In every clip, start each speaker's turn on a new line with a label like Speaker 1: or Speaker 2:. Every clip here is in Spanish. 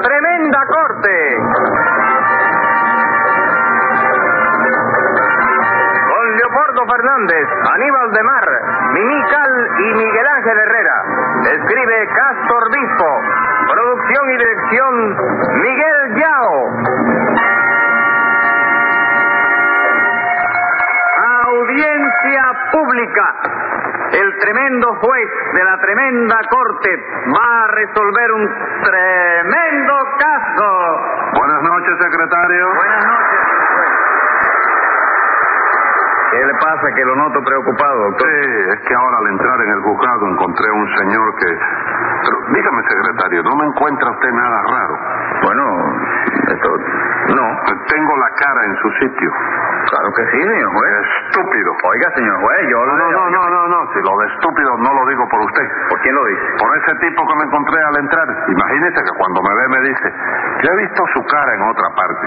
Speaker 1: la corte. Con Leopoldo Fernández, Aníbal de Mar, Mimical y Miguel Ángel Herrera. Escribe Castor Bispo. Producción y dirección Miguel Yao. Audiencia pública. El tremendo juez de la tremenda corte va a resolver un tremendo caso.
Speaker 2: Buenas noches, secretario.
Speaker 1: Buenas noches. ¿Qué le pasa que lo noto preocupado, doctor?
Speaker 2: Sí, es que ahora al entrar en el juzgado encontré un señor que... Pero dígame, secretario, ¿no me encuentra usted nada raro?
Speaker 1: Bueno, esto... No,
Speaker 2: Tengo la cara en su sitio.
Speaker 1: claro que sí, señor juez.
Speaker 2: Estúpido.
Speaker 1: Oiga, señor juez, yo...
Speaker 2: No, no, no, no, no, no. Si lo de estúpido no lo digo por usted.
Speaker 1: ¿Por quién lo dice?
Speaker 2: Por ese tipo que me encontré al entrar. Imagínese que cuando me ve me dice, yo he visto su cara en otra parte.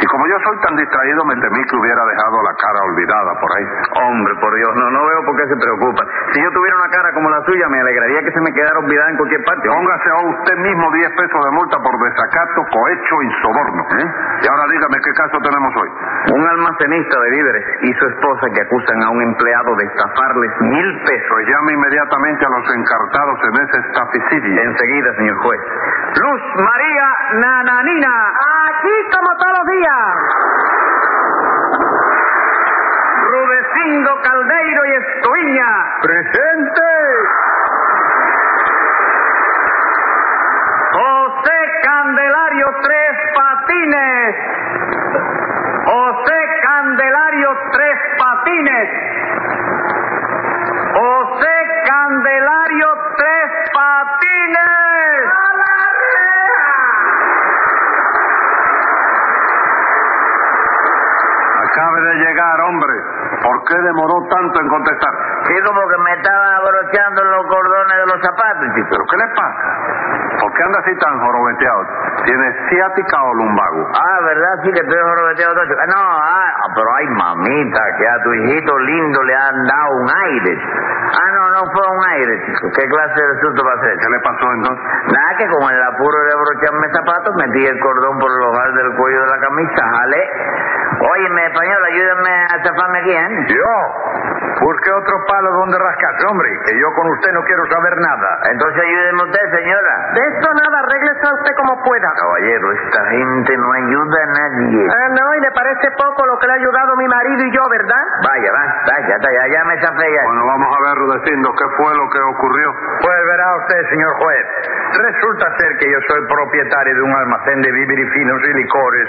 Speaker 2: Y como yo soy tan distraído, me temí que hubiera dejado la cara olvidada por ahí.
Speaker 1: Hombre, por Dios, no, no veo por qué se preocupa. Si yo tuviera una cara como la suya, me alegraría que se me quedara olvidada en cualquier parte.
Speaker 2: Póngase a usted mismo 10 pesos de multa por desacato, cohecho y soborno. Y ahora dígame qué caso tenemos hoy.
Speaker 1: Un almacenista de víveres y su esposa que acusan a un empleado de estafarles mil pesos.
Speaker 2: Pues llame inmediatamente a los encartados en ese estaficidio.
Speaker 1: Enseguida, señor juez. Luz María Nananina. Aquí como todos los días. Rudecindo Caldeiro y Estoiña. Presente. José Candelario Tres Patines. José Candelario Tres Patines. José Candelario Tres Patines. ¡A la
Speaker 2: Acabe de llegar, hombre. ¿Por qué demoró tanto en contestar?
Speaker 3: Sí, como que me estaba abrochando los cordones de los zapatos, chico.
Speaker 2: ¿Pero qué le pasa? ¿Por qué anda así tan jorobeteado? ¿Tiene ciática o lumbago?
Speaker 3: Ah, ¿verdad? Sí, que estoy jorobeteado todo. chico. Ah, No, ah, ah, pero ay, mamita, que a tu hijito lindo le han dado un aire. chico. Ah, no, no fue un aire, chico. ¿Qué clase de susto va a ser?
Speaker 2: ¿Qué le pasó entonces?
Speaker 3: Nada, que con el apuro de abrocharme zapatos, metí el cordón por el hogar del cuello de la camisa, jale. Óyeme, español, ayúdame a zafarme aquí, ¿eh?
Speaker 1: Yo. Busque otro palo donde rascarse, hombre, que yo con usted no quiero saber nada.
Speaker 3: Entonces ayúdeme usted, señora.
Speaker 4: De esto nada, arréglese usted como pueda.
Speaker 3: Caballero, esta gente no ayuda a nadie.
Speaker 4: Ah, no, y le parece poco lo que le ha ayudado mi marido y yo, ¿verdad?
Speaker 3: Vaya, va, vaya, ya, ya me zafé ya.
Speaker 2: Bueno, vamos a ver, Rudecindo, ¿qué fue lo que ocurrió?
Speaker 1: Pues verá usted, señor juez. Resulta ser que yo soy propietario de un almacén de vivirifinos y licores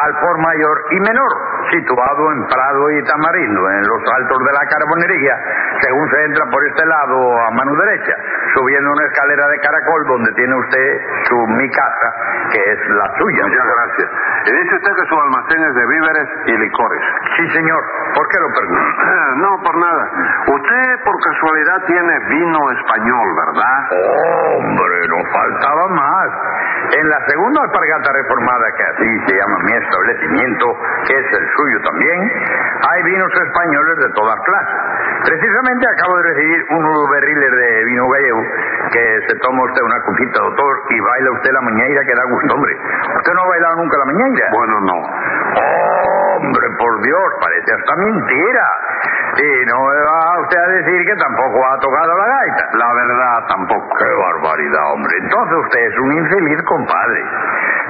Speaker 1: al por mayor y menor, situado en Prado y Tamarindo, en los altos de la carbonería, según se entra por este lado a mano derecha, subiendo una escalera de caracol donde tiene usted su mi casa, que es la suya.
Speaker 2: Muchas gracias. Y dice usted que su almacén es de víveres y licores.
Speaker 1: Sí, señor. ¿Por qué lo pregunta?
Speaker 2: Eh, No, por nada. Usted por casualidad tiene vino español, ¿verdad?
Speaker 1: Hombre, no faltaba más. En la segunda alpargata reformada, que así se llama mi establecimiento, que es el suyo también, hay vinos españoles de todas clases. Precisamente acabo de recibir unos berriles de vino gallego que se toma usted una copita, doctor, y baila usted la mañeira que da gusto, hombre. ¿Usted no ha bailado nunca la mañeira?
Speaker 2: Bueno, no.
Speaker 1: Hombre, por Dios, parece hasta mentira. Y no me va usted a decir que tampoco ha tocado la gaita.
Speaker 2: La verdad tampoco.
Speaker 1: Qué barbaridad, hombre. Entonces usted es un infeliz compadre.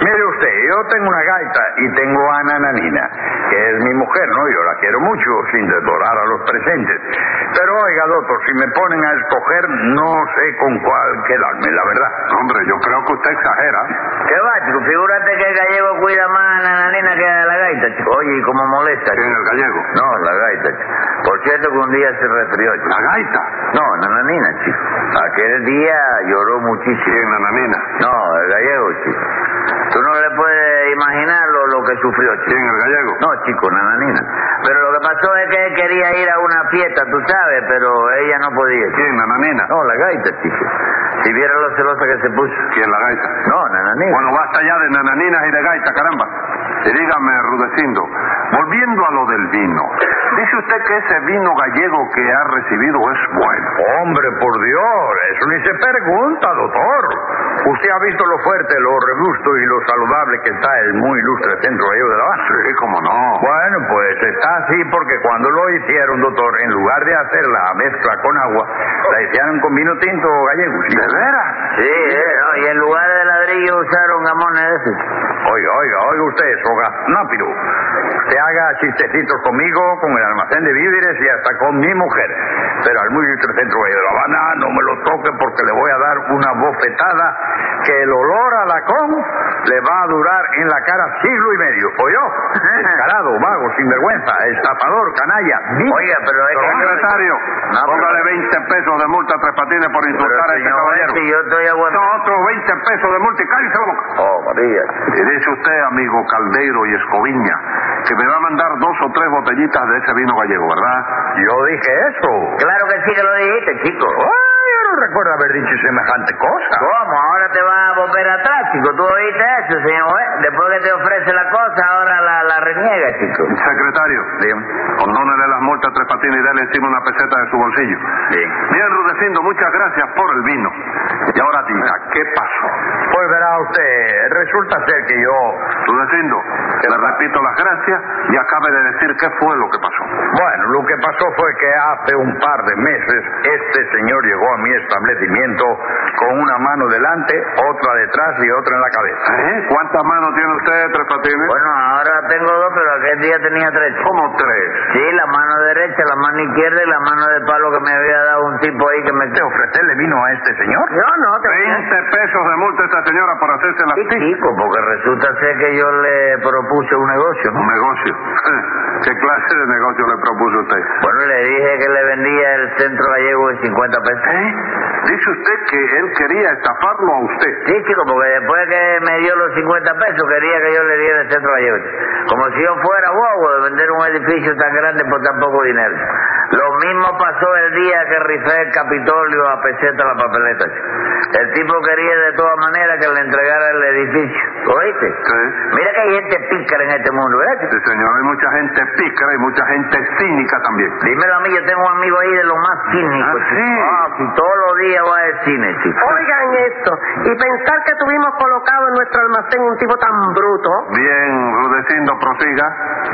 Speaker 1: Mire usted, yo tengo una gaita y tengo a Ana Nanina, que es mi mujer, ¿no? Yo la quiero mucho, sin desdorar a los presentes. Pero oiga, doctor, si me ponen a escoger, no sé con cuál quedarme, la verdad.
Speaker 2: Hombre, yo creo que usted exagera.
Speaker 3: ¿Qué va, chico? Figúrate que el gallego cuida más a la nena que a la gaita, chico. Oye, ¿y cómo molesta?
Speaker 2: En
Speaker 3: chico?
Speaker 2: el gallego.
Speaker 3: No, la gaita, chico. Por cierto que un día se resfrió, chico.
Speaker 2: La gaita.
Speaker 3: No, nananina, chico. Aquel día lloró
Speaker 2: Sí,
Speaker 3: muchísimo.
Speaker 2: nananina.
Speaker 3: No, el gallego, chico. Tú no le puedes imaginar lo, lo que sufrió,
Speaker 2: Sí,
Speaker 3: chico.
Speaker 2: en el gallego.
Speaker 3: No, chico, nananina. Pero lo que pasó es que él quería ir a una fiesta, tú sabes, pero ella no podía.
Speaker 2: Sí,
Speaker 3: chico.
Speaker 2: nananina.
Speaker 3: No, la gaita, chico. Si viera lo celosa que se puso.
Speaker 2: Sí, en la gaita.
Speaker 3: No, nananina.
Speaker 2: Bueno, basta ya de nananinas y de gaita, caramba. Y dígame, Rudecindo, volviendo a lo del vino, dice usted que ese vino gallego que ha recibido es bueno.
Speaker 1: Hombre, por Dios, eso ni se pregunta, doctor.
Speaker 5: Usted ha visto lo fuerte, lo robusto y lo saludable que está el muy ilustre centro de de La Habana.
Speaker 2: Sí, cómo no.
Speaker 5: Bueno, pues está así porque cuando lo hicieron, doctor, en lugar de hacer la mezcla con agua, la hicieron con vino tinto gallego. ¿sí?
Speaker 2: ¿De veras?
Speaker 1: Sí, eh, no, y en lugar de ladrillo usaron gamones de esos.
Speaker 5: Oiga, oiga, oiga usted, soga nápiro. Usted haga chistecitos conmigo, con el almacén de víveres y hasta con mi mujer. Pero al muy ilustre centro de La Habana no me lo toque porque le voy a dar una bofetada que el olor a lacón le va a durar en la cara siglo y medio. ¿Oyó? Descarado, vago, sinvergüenza, estafador, canalla.
Speaker 1: Oiga, pero es que...
Speaker 2: Secretario,
Speaker 5: No, pero-
Speaker 2: póngale 20 pesos de multa a Tres Patines por insultar a este
Speaker 1: Señor,
Speaker 2: caballero.
Speaker 1: si yo estoy
Speaker 2: Son
Speaker 1: aguantando...
Speaker 2: otros 20 pesos de multa y cállese la boca.
Speaker 1: Oh, María.
Speaker 2: Y dice usted, amigo Caldeiro y Escoviña, que me va a mandar dos o tres botellitas de ese vino gallego, ¿verdad?
Speaker 5: Yo dije eso.
Speaker 1: Claro que sí que lo dijiste, chico.
Speaker 5: Ay, yo no recuerdo haber dicho semejante cosa.
Speaker 1: ¿Cómo? Ahora te vas a volver atrás, chico. ¿Tú oíste eso, señor? juez? Después que te ofrece la cosa, ahora la, la reniega, chico.
Speaker 2: Secretario,
Speaker 5: Dígame.
Speaker 2: condónele las multas a Tres Patines y dale encima una peseta de su bolsillo.
Speaker 5: Bien.
Speaker 2: Bien, Rudecindo, muchas gracias por el vino. Y ahora diga, ¿qué pasó?
Speaker 5: Pues verá usted, resulta ser que yo...
Speaker 2: Rudecindo, le repito las gracias y acabe de decir qué fue lo que pasó.
Speaker 5: Bueno, lo que pasó fue que hace un par de meses este señor llegó a mi establecimiento con una mano delante, otra detrás y otra en la cabeza.
Speaker 2: ¿Eh? ¿Cuántas manos tiene usted, Tres Patines?
Speaker 1: Bueno, ahora tengo dos, pero aquel día tenía tres.
Speaker 2: como tres.
Speaker 1: Sí, la mano derecha, la mano izquierda y la mano de palo que me había dado un tipo ahí que me...
Speaker 5: ¿Te ofrecerle vino a este señor?
Speaker 6: No, no, te
Speaker 2: 20 pesos de multa a esta señora por hacerse la...
Speaker 1: Sí, chico, porque resulta ser que yo le propuse un negocio, ¿no?
Speaker 2: Un negocio. ¿Qué clase de negocio le propuso usted?
Speaker 1: Bueno, le dije que le vendía el centro gallego en 50 pesos.
Speaker 2: ¿Eh? Dice usted que él quería estafarlo a usted.
Speaker 1: Sí, chico, porque después que me dio los 50 pesos quería que yo le diera el centro gallego. Como si yo fuera bobo de vender un edificio tan grande por tan poco dinero. Lo mismo pasó el día que rifé el Capitolio a peseta la papeleta. chico. El tipo quería de todas maneras que le entregara el edificio. ¿Oíste?
Speaker 2: Sí.
Speaker 1: Mira que hay gente pícara en este mundo, ¿verdad? chico?
Speaker 2: Sí, señor, hay mucha gente pícara y mucha gente cínica también.
Speaker 1: Dímelo a mí, yo tengo un amigo ahí de los más cínicos. chico.
Speaker 2: ¿Ah, sí?
Speaker 1: Ah, sí, todos los días va al cine, chico.
Speaker 6: Oigan esto, y pensar que tuvimos colocado en nuestro almacén un tipo tan bruto.
Speaker 2: Bien, Rudecindo, prosiga.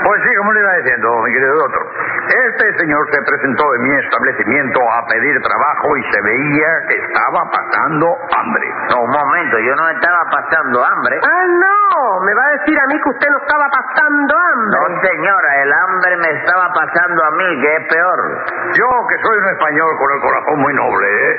Speaker 5: Pues sí, como le iba diciendo, mi querido doctor. Este señor se presentó en mi establecimiento a pedir trabajo y se veía que estaba pasando hambre.
Speaker 1: No, un momento, yo no estaba pasando hambre.
Speaker 6: Ah, no, me va a decir a mí que usted no estaba pasando hambre.
Speaker 1: No, señora, el hambre me estaba pasando a mí, que es peor.
Speaker 5: Yo, que soy un español con el corazón muy noble, ¿eh?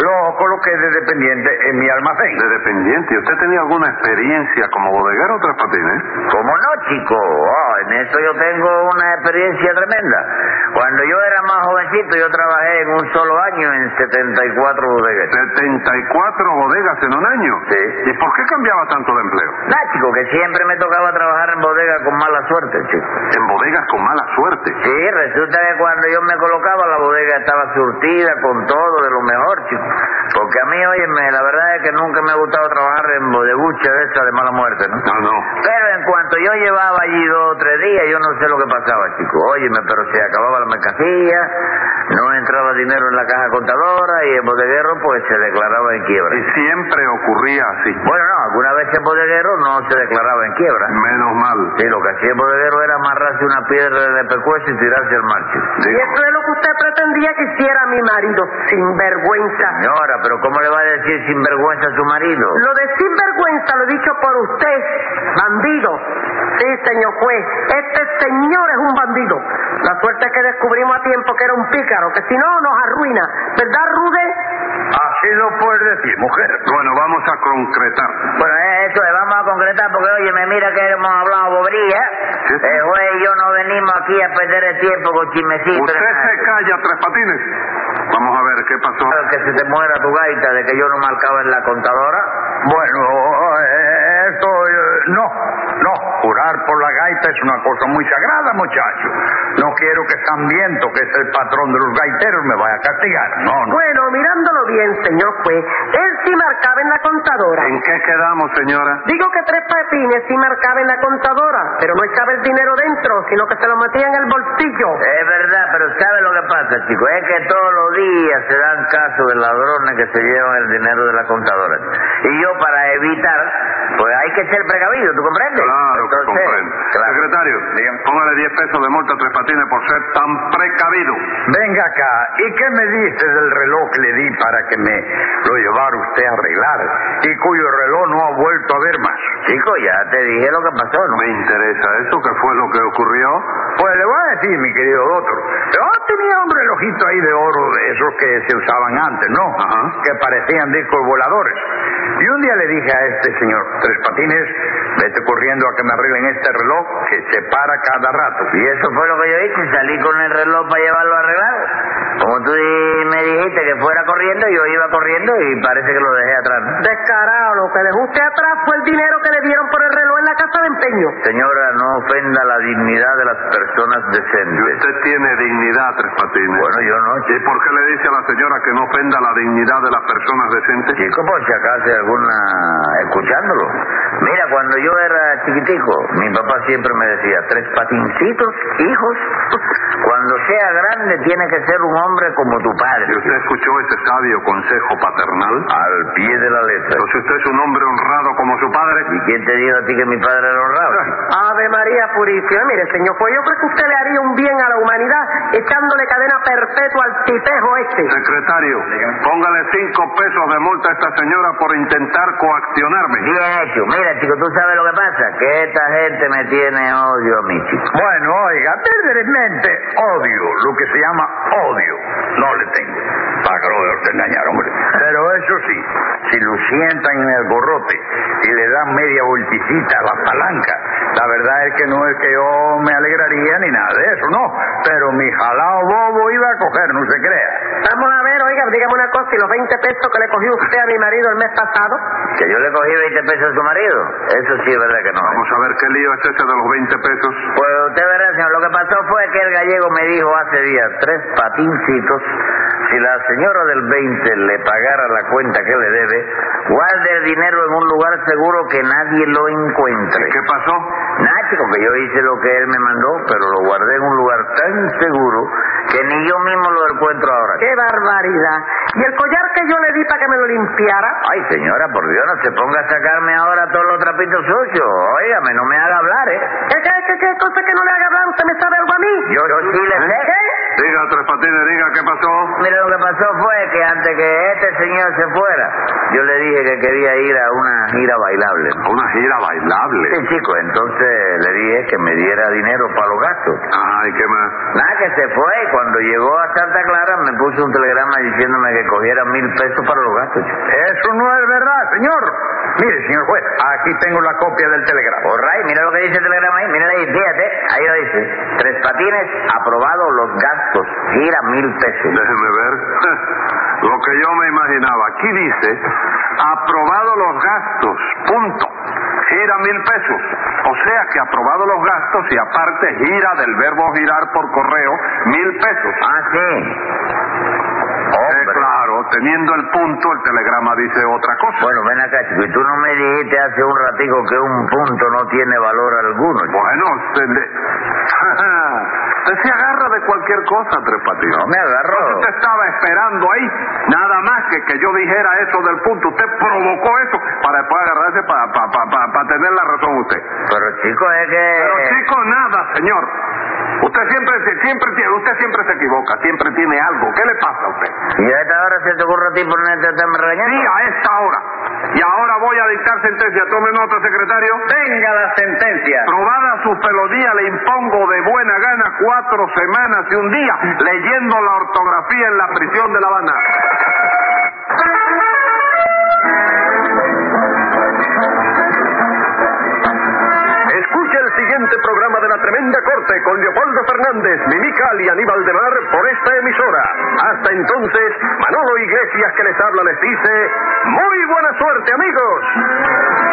Speaker 5: lo coloqué de dependiente en mi almacén.
Speaker 2: De dependiente, ¿y ¿usted tenía alguna experiencia como bodeguero, Tres Patines?
Speaker 1: ¿Cómo no, chico? Oh, en eso yo tengo una experiencia tremenda. Cuando yo era más jovencito, yo trabajé en un solo año en 74 bodegas.
Speaker 2: 74 bodegas en un año.
Speaker 1: Sí.
Speaker 2: ¿Y por qué cambiaba tanto de empleo?
Speaker 1: Nah, chico, que siempre me tocaba trabajar en bodegas con mala suerte, chico.
Speaker 2: En bodegas con mala suerte.
Speaker 1: Sí, resulta que cuando yo me colocaba la bodega estaba surtida con todo de lo mejor, chico. Porque a mí, óyeme, la verdad es que nunca me ha gustado trabajar en bodegucha de esa de mala muerte, ¿no?
Speaker 2: No, no.
Speaker 1: Pero en cuanto yo llevaba allí dos o tres días, yo no sé lo que pasaba, chico. Óyeme, pero se acababa la mercancía, no entraba dinero en la caja contadora y el bodeguero pues se declaraba en quiebra.
Speaker 2: Y siempre ocurría así.
Speaker 1: Bueno, no, alguna vez el bodeguero no se declaraba en quiebra.
Speaker 2: Menos mal.
Speaker 1: Sí, lo que hacía el bodeguero era amarrarse una piedra de pescuezo y tirarse al mar, chico.
Speaker 6: Y
Speaker 2: Digo,
Speaker 6: eso es lo que usted pretendía que hiciera mi marido, sinvergüenza.
Speaker 1: Señora, pero ¿cómo le va a decir sinvergüenza a su marido?
Speaker 6: Lo de sinvergüenza lo he dicho por usted, bandido. Sí, señor juez, este señor es un bandido. La suerte es que descubrimos a tiempo que era un pícaro, que si no nos arruina. ¿Verdad, Rude?
Speaker 5: Así lo puedes decir, mujer.
Speaker 2: Bueno, vamos a concretar.
Speaker 1: Bueno, eh, esto es, vamos a concretar porque, oye, me mira que hemos hablado bobería.
Speaker 2: Sí.
Speaker 1: El juez y yo no venimos aquí a perder el tiempo con chismecitos.
Speaker 2: Usted
Speaker 1: nada.
Speaker 2: se calla, Tres Patines. Vamos a ver qué pasó.
Speaker 1: Claro Que se te muera tu gaita de que yo no marcaba en la contadora.
Speaker 5: Bueno, eh, esto eh, no, no, jurar por la gaita es una cosa muy sagrada, muchacho. No quiero que Sambiento, que es el patrón de los gaiteros, me vaya a castigar. No, no.
Speaker 6: Bueno, mirándolo bien, señor juez, él sí marcaba en la contadora.
Speaker 2: ¿En qué quedamos, señora?
Speaker 6: Digo que tres patines sí marcaba en la contadora, pero no estaba el dinero dentro, sino que se lo metía en el bolsillo.
Speaker 1: Es verdad, pero ¿sabe lo que pasa, chico? Es que todos los días se dan casos de ladrones que se llevan el dinero de la contadora. Y yo, para evitar, pues hay que ser precavido, ¿tú comprendes?
Speaker 2: Claro que
Speaker 1: Entonces,
Speaker 2: comprendo.
Speaker 1: claro.
Speaker 2: Secretario, póngale 10 pesos de multa a Tres Patines por ser tan precavido.
Speaker 5: Venga acá, ¿y qué me dice del reloj que le di para que me lo llevara usted a arreglar y cuyo reloj no ha vuelto a ver más?
Speaker 1: Chico, ya te dije lo que pasó, ¿no?
Speaker 2: Me interesa eso, que fue lo que ocurrió.
Speaker 5: Pues le voy a decir, mi querido doctor, yo ah, tenía un relojito ahí de oro de esos que se usaban antes, ¿no?
Speaker 2: Ajá.
Speaker 5: Que parecían discos voladores. Y un día le dije a este señor, Tres Patines, vete corriendo a que me arreglen este reloj que se para cada rato.
Speaker 1: Y eso fue lo que yo hice, salí con el reloj para llevarlo arreglado. Como tú di- me dijiste que fuera corriendo, yo iba corriendo y parece que lo dejé atrás. ¿no?
Speaker 6: Descarado, lo que dejó usted atrás fue el dinero que le dieron por el reloj en la casa de empeño.
Speaker 1: Señora, no ofenda la dignidad de las personas
Speaker 2: Y
Speaker 1: decentes.
Speaker 2: usted tiene dignidad, Tres Patines.
Speaker 1: Bueno, yo no,
Speaker 2: ¿Y por qué le dice a la señora que no ofenda la dignidad de las personas decentes?
Speaker 1: Chico, por si acaso hay alguna escuchándolo. Mira, cuando yo era chiquitico, mi papá siempre me decía, tres patincitos, hijos, cuando sea grande tiene que ser un hombre como tu padre.
Speaker 2: ¿Y usted escuchó ese sabio consejo paternal?
Speaker 1: Al pie de la letra.
Speaker 2: Entonces usted es un hombre honrado como su padre.
Speaker 1: ¿Y quién te dijo a ti que mi padre era honrado?
Speaker 6: Ave María Purísima, mire señor juez, yo creo que usted le haría un bien a la humanidad echándole cadena perpetua al titejo este.
Speaker 2: Secretario, póngale cinco pesos de multa a esta señora por intentar coaccionarme.
Speaker 1: Bien hecho. Mira, chico, tú sabes lo que pasa. Que esta gente me tiene odio a mí, chico.
Speaker 5: Bueno, oiga, verdaderamente odio, lo que se llama odio. No le tengo. Para que lo de usted engañar, hombre. Pero eso sí, si lo sientan en el gorrote y le dan media vuelticita a la palanca, la verdad es que no es que yo me alegraría ni nada de eso, no. Pero mi jalao bobo iba a coger, no se crea.
Speaker 6: Vamos a ver, oiga, dígame una cosa, y los 20 pesos que le cogió usted a mi marido el mes pasado,
Speaker 1: Que yo le cogí 20 pesos a su marido. Eso sí es verdad que no.
Speaker 2: Vamos a ver qué lío es ese de los 20 pesos.
Speaker 1: Pues usted verá, señor, lo que pasó fue que el gallego me dijo hace días, tres patincitos, si la señora del 20 le pagara la cuenta que le debe, guarde el dinero en un lugar seguro que nadie lo encuentre.
Speaker 2: ¿Qué pasó?
Speaker 1: Nada, chico, que yo hice lo que él me mandó, pero lo guardé en un lugar tan seguro que ni yo mismo lo encuentro ahora.
Speaker 6: qué barbaridad. Y el collar que yo le di para que me lo limpiara,
Speaker 1: Ay, señora, por Dios, no se ponga a sacarme ahora todos los trapitos sucios. Óigame, no me haga hablar, ¿eh?
Speaker 6: es que, es que, que cosa que no le haga hablar, usted me sabe algo a mí.
Speaker 1: Yo, yo sí le sé.
Speaker 2: Diga, Tres Patines, diga qué pasó.
Speaker 1: Mira, lo que pasó fue que antes que este señor se fuera, yo le dije que quería ir a una gira bailable.
Speaker 2: A una gira bailable.
Speaker 1: Sí, chico, entonces le dije que me diera dinero para los gastos.
Speaker 2: Ay, ¿qué más?
Speaker 1: Nada, que se fue y cuando llegó a Santa Clara me puso un telegrama diciéndome que cogiera mil pesos para los gastos. chico.
Speaker 5: Eso no es verdad, señor. Mire, señor juez, aquí tengo la copia del telegrama.
Speaker 1: Orray, mira lo que dice el telegrama ahí, mira ahí, fíjate, ahí lo dice. Tres patines, aprobado los gastos, gira mil pesos.
Speaker 2: Déjeme ver. Lo que yo me imaginaba. Aquí dice, aprobado los gastos, punto. Gira mil pesos. O sea que aprobado los gastos y aparte gira del verbo girar por correo mil pesos.
Speaker 1: Ah, sí.
Speaker 2: Eh,
Speaker 1: Hombre.
Speaker 2: claro, teniendo el punto, el telegrama dice otra cosa.
Speaker 1: Bueno, ven acá, chico, y tú no me dijiste hace un ratico que un punto no tiene valor alguno. chico.
Speaker 2: Bueno, usted le- Usted se agarra de cualquier cosa, Tres Patines.
Speaker 1: No me agarro.
Speaker 2: Usted estaba esperando ahí nada más que que yo dijera eso del punto. Usted provocó eso para después agarrarse para tener la razón usted.
Speaker 1: Pero chico, es que...
Speaker 2: Pero chico, nada, señor. Usted siempre, se- siempre, tiene- usted siempre se equivoca, siempre tiene algo. ¿Qué le pasa a usted?
Speaker 1: ¿Y a esta hora se te ocurre a ti ponerte a estarme
Speaker 2: Sí,
Speaker 1: regañando?
Speaker 2: a esta hora. Y ahora voy a dictar sentencia. Tome nota, secretario.
Speaker 5: Venga la sentencia.
Speaker 2: Probada su felonía, le impongo de buena gana cuatro semanas y un día leyendo la ortografía en la prisión de La Habana.
Speaker 7: Escucha el siguiente programa de La Tremenda Corte con Leopoldo Fernández, Mimical y Aníbal de Mar por esta emisora. Hasta entonces, Manolo Iglesias que les habla les dice, ¡Muy buena suerte amigos!